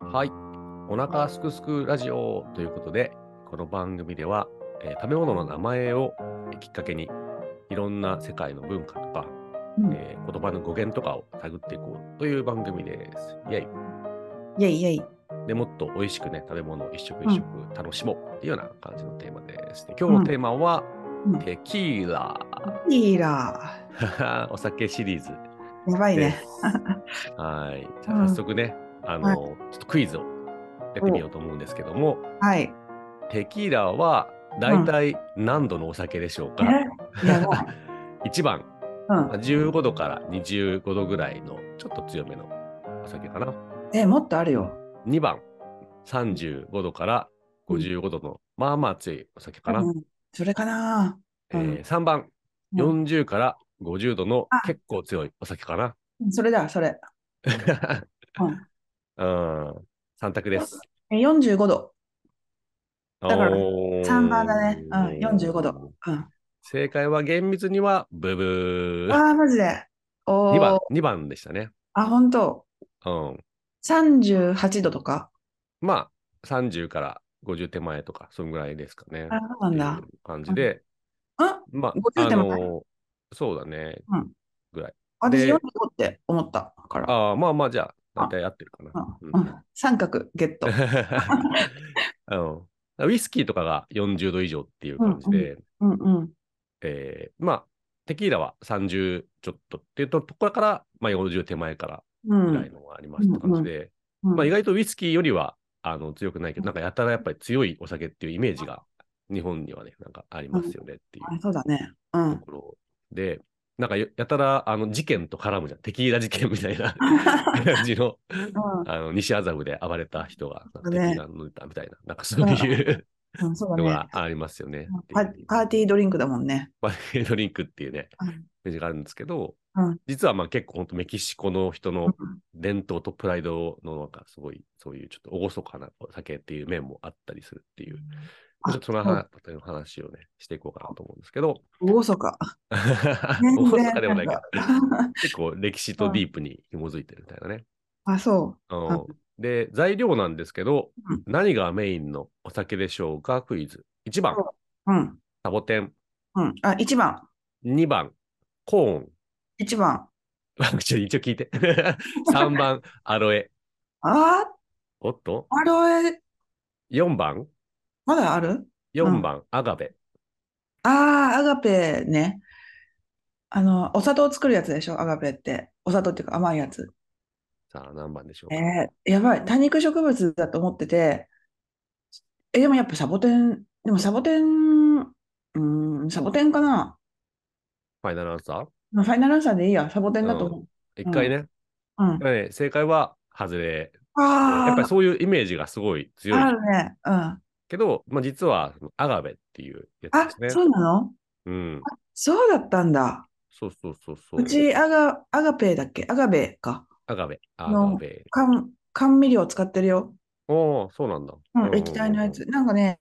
はい。お腹すくすくラジオということで、この番組では、えー食べ物の名前をえーきっかけに、いろんな世界の文化とか、うんえー言葉の語源とかを探っていこうという番組です。イェイ。イェイイェイ。でもっと美味しくね、食べ物を一食一食楽しもうっていうような感じのテーマです。で今日のテーマは、うんテキーラ。 いいな。お酒シリーズやばいでね。す。はい。じゃあ早速ね、あの、はいちょっとクイズをやってみようと思うんですけども、はい。テキーラは大体何度のお酒でしょうか、 やばい。 ?1 番、うん まあ。15度から25度ぐらいのちょっと強めのお酒かな。え、もっとあるよ。 2番、35度から55度のまあまあ強いお酒かな。うんそれかな。えうんー3番、うん40から50度のあ結構強いお酒かな。それだ、それ。 うん、3択です。え、45度。だから3番だね。うん、45度。うん。正解は厳密にはブブー。ああ、マジで。お2番お。、 2番でしたね。あ、本当。うん。 38度とか。まあ、30から50手前とか、そんぐらいですかね。あ、そうなんだって。いう感じで、あ、まあ、 50あ手前の、そうだね。私で45って思ったから。ああ、まあまあ、じゃあ、大体合ってるかな。うんうん。三角 ゲット。うん、ウイスキーとかが40度以上っていう感じで、うんうん。えーまあ、テキーラは30ちょっとっていうところから、まあ、40手前からうぐらいん。のがありますって感じで、うんまあ、意外とウイスキーよりはあの強くないけど、なんかやたらやっぱり強いお酒っていうイメージが日本にはね、なんかありますよねっていあうそうだね。うん と。ころで、なんかややたらあの事件と絡むじゃん、テキーラ事件みたいな 感じのうあの西麻布で暴れた人がなんかねテキーラ飲んでたみたいな、なんかそういううんうん、そうだのねがありますよねうん。パ。パーティードリンクだもんね。パーティードリンクっていうね、うんイメージがあるんですけど、うん実はまあ結構本当メキシコの人の伝統とプライドのなんかすごいそういうちょっと厳かなお酒っていう面もあったりするっていう、あちょっとその話その話をねしていこうかなと思うんですけ ど、おお そか。厳かでもないけど、なんか結構歴史とディープに紐づいてるみたいなね。 あ、そうんで、材料なんですけど、うん何がメインのお酒でしょうかクイズ。1番そ、う。うん。サボテン。うん。あ、1番。 2番、コーン。 1番。ちょ一応聞いて。3番、アロエ。あおっとー、アロエ、 ?4 番、まだある4番、アガベ。あー、アガペね。あの、お砂糖作るやつでしょ、アガペって。お砂糖っていうか甘いやつ。さあ、何番でしょうえか、ー、やばい。多肉植物だと思ってて。え、でもやっぱサボテン、でもサボテン、うーん、サボテンかな。ファイナルアンサーまあファイナルアンサーでいいや、サボテンだと思う。一回ね,、うん。ね。正解は外れ。ああ、やっぱりそういうイメージがすごい強あいるね。うん。あ、けど、まあ、実はそのアガベっていうやつですそね。うなのうん。そうだったんだ。そうそうそうそう。うちアガ、アガペだっけアガベか。アガベ。アのガベ。甘、甘味料使ってるよ。おお、そうなんだ。うん、液体のやつ。。なんかね、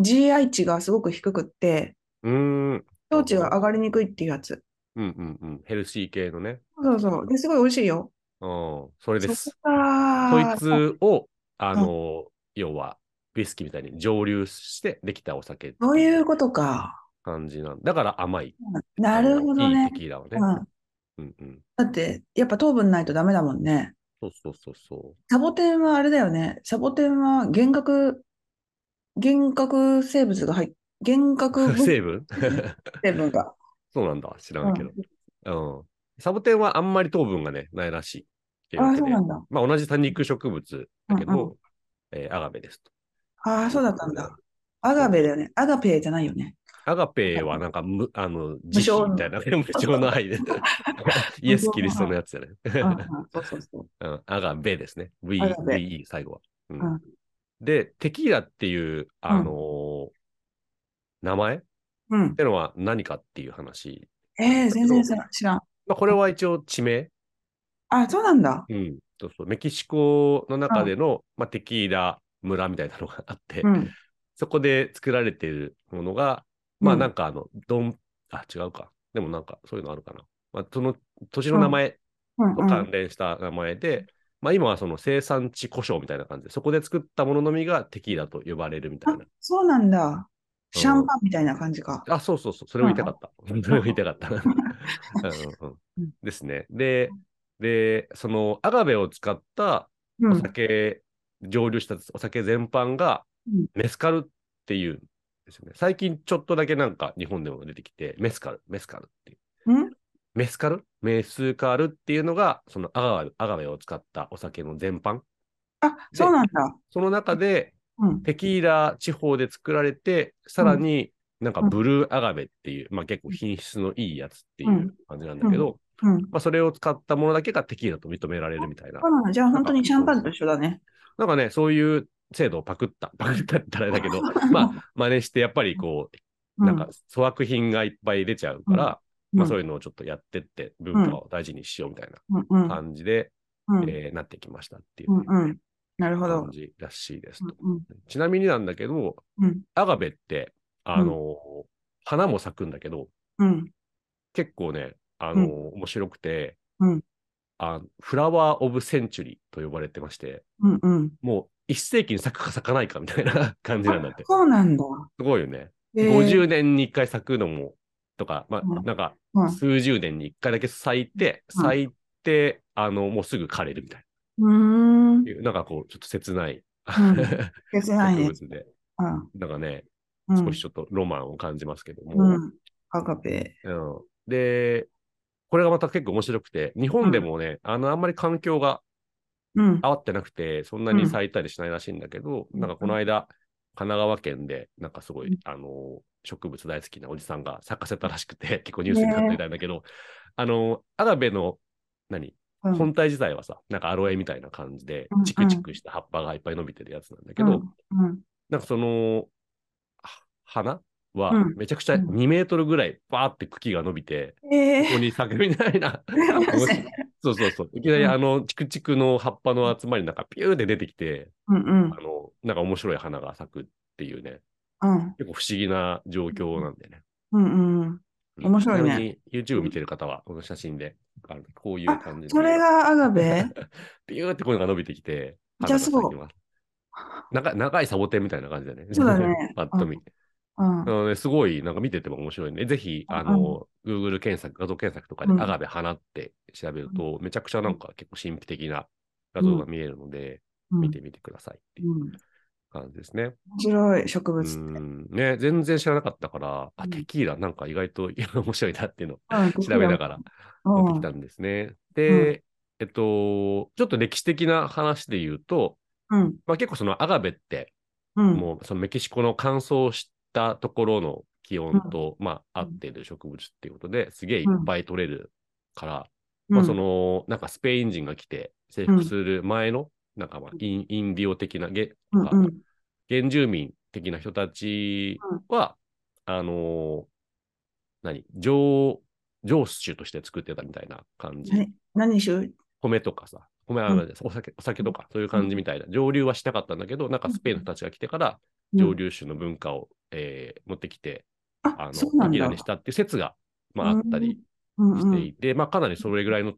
GI 値がすごく低くって、うーん。うん糖値が上がりにくいっていうやつ。うんうん。ヘルシー系のね。そうそうそう。ですごい美味しいよ。うん。それでそす。こかそいつを、あの、要は、ウイスキーみたいに蒸留してできたお酒ってそういううことか。感じなんだから甘い。なるほどあのいいねテ。キーラをね。うん。うんうん。だって、やっぱ糖分ないとダメだもんね。そうそうそうそう。サボテンはあれだよね。サボテンは幻覚、幻覚生物が入っ、幻 覚物成分成分が。 そうなんだ。知らんけど。うん。サボテンはあんまり糖分がね、ないらしい。っていうあわあ、けそうでな。んだ。まあ同じ多肉植物だけど、うんうえーアガベですと。ああ、そうだったんだ。アガベだよね。アガペじゃないよね。アガペはなんかむ、あの、無慈償悲のみたいな、無償の 愛で。イエス・キリストのやつだね。うんうんそうそうそう。 うん、アガベですね。V、アガベ VE、最後は、うんうんで、テキーラっていう、あのー名前っうん。てのは何かっていう話。ええ、全然知らん知らん。まあ、これは一応地名、あ、そうなんだ。うんそうそう。メキシコの中での、まあ、テキーラ村みたいなのがあって、うん。そこで作られているものが、まあうんなんかあの、どん、あ、違うか。でもなんかそういうのあるかな。まあ、その土地の名前うんとうん。関連した名前で、まあ、今はその生産地胡椒みたいな感じで、そこで作ったもののみがテキーラと呼ばれるみたいな。そうなんだ。シャンパンみたいな感じか。あ、そうそうそう、それを言いたかった。それを言いたかった。 うんうんううんんですね。で、で、そのアガベを使ったうおん。酒、蒸留したお酒全般がうんメスカルっていうんですよね。最近ちょっとだけなんか日本でも出てきて、メスカル、メスカルっていう。うんメスカルメスカルっていうのが、そのアガベアガベを使ったお酒の全般。あ、そうなんだ。その中で、うん。テキーラ地方で作られて、さらになんかブルーアガベっていう、まあ結構品質のいいやつっていんう感じなんだけど、うん。まあそれを使ったものだけがテキーラと認められるみたいなそう。なんだ。じゃあ本当にシャンパンと一緒だね。なんかね、そういう制度をパクった、パクったって言ったらあれだけ ど、まあ真似してやっぱりこう、なんか粗悪品がいっぱい出ちゃうから、うん、まあそういいうのをちょっとやってって文化を大事にしようみたいうん。うんな感じで、うんうんえーなってきましたっていううんうん。なるほど感。じらしいですと。うんちなみになんだけど、うんアガベって、あのー花も咲くんだけど、うん結構ね、あのー面白くて、うんあフラワー・オブ・センチュリーと呼ばれてまして、うんうん。もう一世紀に咲くか咲かないかみたいな感じなんだって。そうなんだ。すごいよね。へー50年に1回咲くのも、とか、まうあ、んなんか、うん数十年に1回だけ咲いて、うん咲いて、あの、もうすぐ枯れるみたいう ーん。な。なんかこう、ちょっと切ない、ん 消せない植ね。物で、うんなんかね、うん少しちょっとロマンを感じますけども。うん。アガベ。うんで、これがまた結構面白くて、日本でもね、あの、あんまり環境がうん。合ってなくて、そんなに咲いたりしないらしいんだけど、うんなんかこの間、神奈川県で、なんかすごい、うんあの、植物大好きなおじさんが咲かせたらしくて、結構ニュースになっていたんだけど、あの、アガベの、何うん本体自体はさ、なんかアロエみたいな感じでうんう、んチクチクした葉っぱがいっぱい伸びてるやつなんだけうど、んうんなんかその、は花はうんめちゃくちゃうん2メートルぐらいバーって茎が伸びて、えここーに咲くみたい な。そうそうそう。いきなりうんあの、チクチクの葉っぱの集まりなんかピューって出てきて、うんうんあの、なんか面白い花が咲くっていうね、うん結構不思議な状況なんでね。うんうん。うん面白いねちなみに YouTube 見てる方は、この写真で、あのこういうあ感じで。それがアガベ ピューってこういうのが伸びてきて、じゃあすごい花が咲きます長長いサボテンみたいな感じだね。そうだね パッと見。うんなのですごい、なんか見てても面白いね。ぜひ、あの、Google 検索、画像検索とかで、うんアガベ花って調べると、めちゃくちゃなんか結構神秘的な画像が見えるので、うん見てみてくださいっていううん感じですね。面白い植う物って。ん。ね、全然知らなかったから、うあ、んテキーラなんか意外と 面白いなっていうのをうん調べながらう持ってきんたんですね。で、えっと、ちょっと歴史的な話で言うと、うんまあ結構そのアガベって、うんもうそのメキシコの乾燥したところの気温と、まあ合ってる植物っていうことですげえいっぱい取れるから、まあそのなんかスペイン人が来て征服する前の、なんかまあインインディオ的なげ、うんまあうん原住民的な人たちは、あのー何上上酒として作ってたみたいな感じ。はい何しよう米とかさ、米はお酒お酒とかそういう感じみたいな、蒸留はしなかったんだけど、なんかスペインの人たちが来てから、蒸留酒の文化を、えー持ってきて、ああ、の、テそうなんキーラだに。したっていう説が、まあ、あったりうんうしてんいて、まあ、かなりそれぐらいの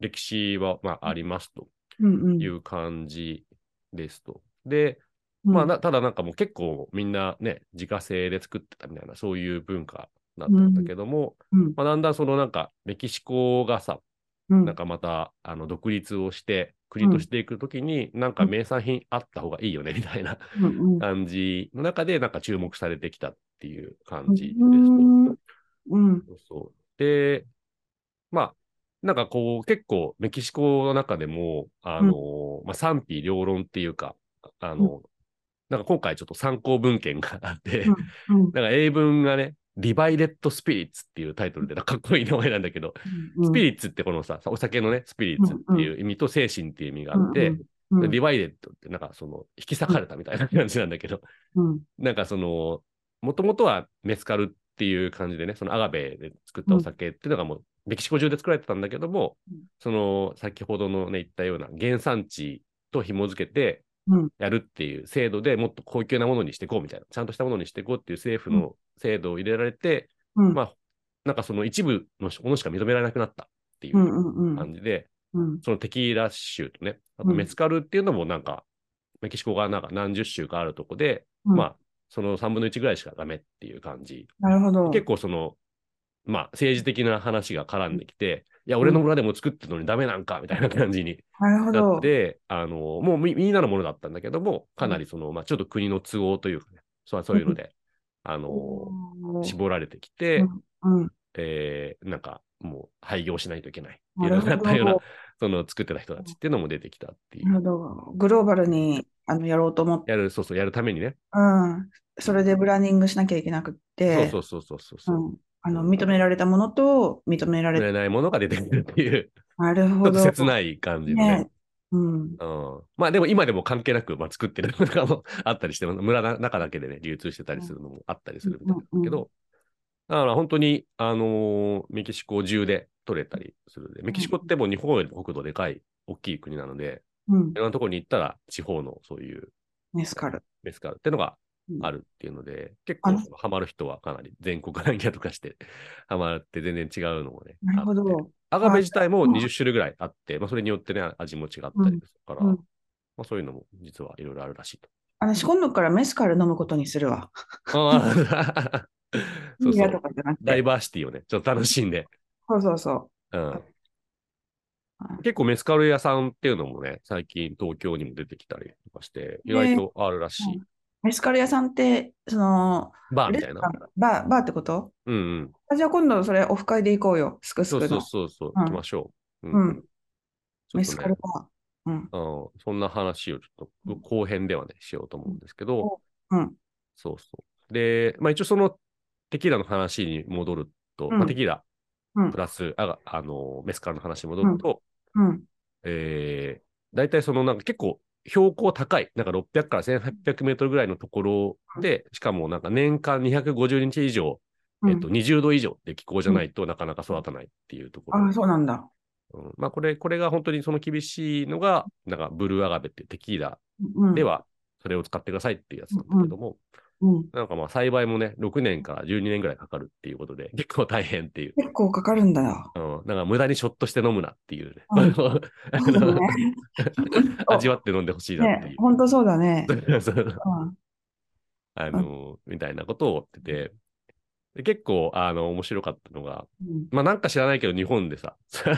歴史は、まあ、ありますとうんいうう感じですと。で、ん。まあな、ただなんかもう結構みんなね、自家製で作ってたみたいな、そういう文化だったんだけども、うんまあ、だんだんそのなんか、メキシコがさ、うんなんかまた、あの、独立をして、国としていくときに、なんか名産品あった方がいいよね、みたいなうんうん感じの中で、なんか注目されてきたっていう感じですうーんうんと。そうで、まあ、なんかこう、結構メキシコの中でも、あのーまあ、賛否両論っていうか、あのーなんか今回ちょっと参考文献があって、んうんなんか英文がね、リバイレット・スピリッツっていうタイトルで、なんかかっこいい名前なんだけど、うんスピリッツってこのさ、お酒のね、スピリッツっていう意味と精神っていう意味があって、うんうんリバイレットってなんかその、引き裂かれたみたいな感じなんだけど、うんなんかその、もともとはメスカルっていう感じでね、そのアガベで作ったお酒っていうのがもう、メキシコ中で作られてたんだけども、うんその、先ほどのね、言ったような原産地と紐付けてうんやるっていう制度でもっと高級なものにしていこうみたいな、ちゃんとしたものにしていこうっていう政府の制度を入れられて、うんまあ、なんかその一部のものしか認められなくなったっていううんうんうん感じで、うん。そのテキーラ州とね、あとメスカルっていうのもなんか、メキシコがなんか何十州かあるとこで、うんまあ、その3分の1ぐらいしかダメっていう感じ。なるほど。結構その、まあ、政治的な話が絡んできて、いや、俺の村でも作ってるのにダメなんか、みたいな感じになるほなどっ。て、あの、もうみみんなのものだったんだけども、かなりその、まあ、ちょっと国の都合というかね、そうそういうので、あの、絞られてきて、うん。えーなんかもう廃業しないといけないっていうのがあったような、その作ってた人たちっていうのも出てきたっていう。なるほど。グローバルにあのやろうと思って、やる、そうそう、やるためにね。うん。それでブランディングしなきゃいけなくって、そうそうそうそうそう。うんあの認められたものと認められ売れないものが出てくるって いう、なるちょほっとど。切ない感じのね。ねうん。うん、まあでも今でも関係なく、まあ、作ってるのとかもあったりしてます、村の中だけでね、流通してたりするのもあったりするみたいなんだけど、だから本当に、あのーメキシコ中で取れたりするので、メキシコってもう日本より国土でかい、大きい国なので、うんい。ろんなところに行ったら地方のそういうメスカル。メスカルってのがうんあるっていうので、結あ構のそのハマる人はかなり全国ランキャーとかしてハマって全然違うのもね。なるほあってど。アガベ自体もうん20種類ぐらいあって、まあ、それによってね、味も違ったりするから、うんうんまあ、そういうのも実はいろいろあるらしいと。私、今度からメスカル飲むことにするわ。 あーそうそビーラとう。かじゃなくダイて。バーシティをね、ちょっと楽しんで。そうそうそう。うんはい結構メスカル屋さんっていうのもね、最近東京にも出てきたりとかして、意外とあるらしい。メスカル屋さんって、その、バーみたいなレ。ストランバー、バーってことうんうん。あじゃあ今度それオフ会で行こうよ。すくすそくうの。そうそうそう、うん行きましょう。うんちょっとねメスカルバー。うん。うん、そんな話をちょっと後編ではね、しようと思うんですけど、うん。そうそう。で、まあ一応そのテキーラの話に戻ると、うんまあ、テキーラうんプラス、ああの、メスカルの話に戻ると、うん。えー、大体そのなんか結構標高高い、なんか600から1800メートルぐらいのところで、しかもなんか年間250日以上、うんえっと、20度以上って気候じゃないとなかなか育たないっていうところああ、そうなんだ。うんまあこれ、これが本当にその厳しいのが、なんかブルーアガベっていうテキーラうん。で、は、それを使ってくださいっていうやつなんだけども、うん、なんかまあ栽培もね、6年から12年ぐらいかかるっていうことで、結構大変っていう。結構かかるんだ うよ。ん、なんか無駄にショットして飲むなっていうね。うんあそうだのね 味わって飲んでほしいなってねい、う。本当そうだね。 そううんあの、みたいなことを言ってて、で結構、あの、面白かったのが、うんまあなんか知らないけど、日本でさ、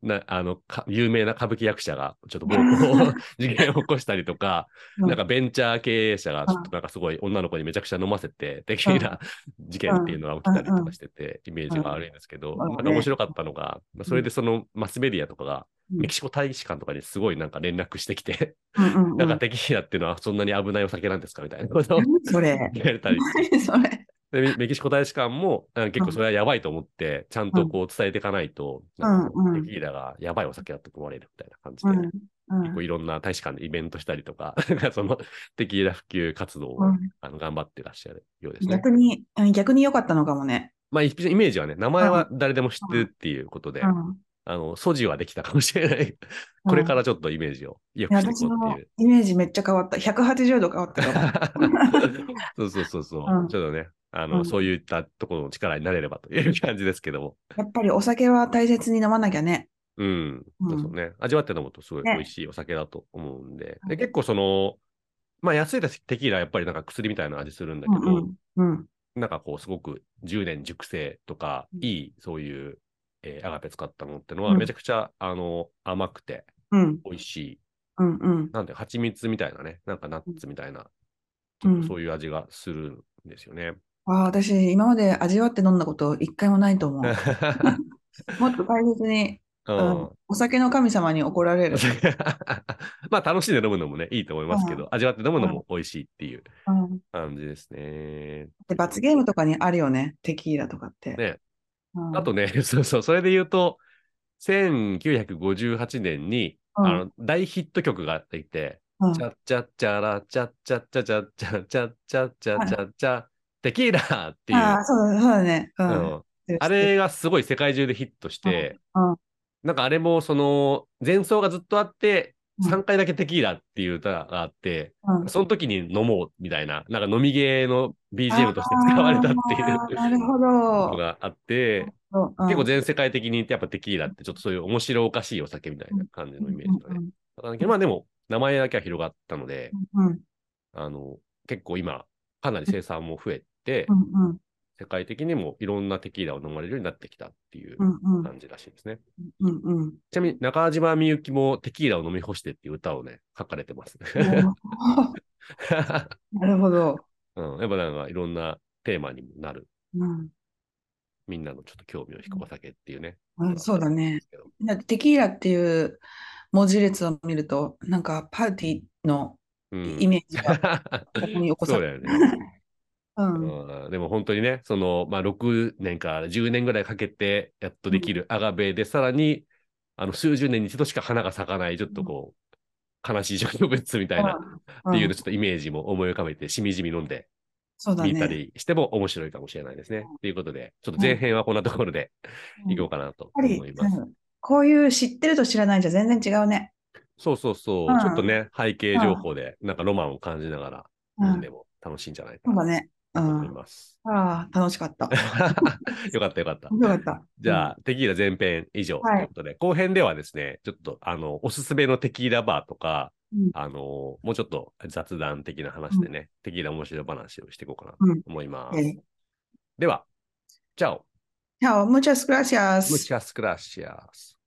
なあのか有名な歌舞伎役者がちょっと暴 行事件を起こしたりとか、うんなんかベンチャー経営者がちょっとなんかすごい女の子にめちゃくちゃ飲ませて、的な事件っていうのが起きたりとかしてて、イメージが悪いんですけど、んなんか面白かったのが、まあそれでそのマスメディアとかが、うんメキシコ大使館とかにすごいなんか連絡してきて、うんうんなうんかん。テキーラっていうのはそんなに危ないお酒なんですかみたいなことを何そ れ。言われたりして何それ。でメメキシコ大使館もあ結構それはやばいと思って、ちゃんとこう伝えていかないと、なんかうんうんテキーラがやばいお酒だと思われるみたいな感じうで、ん。うん結構いろんな大使館でイベントしたりとか、 なんかそのテキーラ普及活動を、うんあの頑張ってらっしゃるようですね。逆に、うん逆に良かったのかもね。まあ、イイメージはね、名前は誰でも知ってるっていうことで、うんあの、素地はできたかもしれない。これからちょっとイメージを良いくやしてい私こうっのていう。イメージめっちゃ変わった。180度変わったから。 そうそうそうそう、うんちょっとね、あうの、んそういったところの力になれればという感じですけども。やっぱりお酒は大切に飲まなきゃね。うん、うんそうそうね。味わって飲むとすごいね美味しいお酒だと思うんで。はでい結構その、まあ安いテキーラはやっぱりなんか薬みたいな味するんだうけんど、うん。うん。なんかこうすごく10年熟成とか、うんいいそういう、えーアガペ使ったものってのはうんめちゃくちゃ、あの甘くてうん。美味しい。うん。うん。なんで蜂蜜みたいなね、なんかナッツみたいな、うちょんっとそういう味がするんですよね。ああ、私、今まで味わって飲んだこと一回もないと 思う。もっと大切に、ううんん、お酒の神様に怒られる。 まあ楽しんで飲むのもね、いいと思いますけど、味わって飲むのも美味しいっていううん、感じですね。で罰ゲームとかにあるよね、テキーラとかって。ねうんあとね、そうそう、それで言うと、1958年に、うんあの大ヒット曲があっていて、うんチャッチャッチャラチャッチャッチャチャッチャチャッチャッチャチャチャテキーラーっていう、ああ、そうだ、そうだね。う。うんんあれがすごい世界中でヒットして、うんうんなんかあれもその前奏がずっとあって、うん3回だけテキーラっていう歌があって、うんその時に飲もうみたいな、なんか飲みゲーの BGM として使われたっていうあーなるほのど。があって、うん結構全世界的にやっぱテキーラってちょっとそういう面白おかしいお酒みたいな感じのイメージだね。だからまあでも、名前だけは広がったので、うんうんあの、結構今、かなり生産も増えて、うんうん世界的にもいろんなテキーラを飲まれるようになってきたっていううんうん感じらしいですね。うんうんちなみに中島みゆきもテキーラを飲み干してっていう歌をね、書かれてます。 なるほど。うん、やっぱなんかいろんなテーマにもなる、うんみんなのちょっと興味を引くお酒っていうね。うんそうだね。けど。だってテキーラっていう文字列を見ると、なんかパーティーのうんイメージがそこに起 こそさうだれる。よね。うんうん、でも本当にね、その、まあ、6年から10年ぐらいかけて、やっとできるアガベで、さらに、あの、数十年に一度しか花が咲かない、ちょっとこう、悲しい植物みたいな、うっんていうのちょっとイメージも思い浮かべて、しみじみ飲んでそうだみたね。りしても面白いかもしれないですね。ということで、ちょっと前編はこんなところでうんいやこっうかなとぱり思います。うんこういう知ってると知らないじゃ全然違うね。そうそうそう、うんちょっとね、背景情報で、なんかロマンを感じながうら飲んんでも楽しいんじゃないかそうだなね。うと思いん。ます。 ああ、楽しかった。よかったよかった。面白かった。 じゃあ、テキーラ前編以上とはいいうことで、後編ではですね、ちょっと、あの、おすすめのテキーラバーとか、うんあの、もうちょっと雑談的な話でね、テキーラ面白い話をしていこうかなと思いまうん、す。えでは、チャオじゃあ、muchas gracias. Muchas gracias.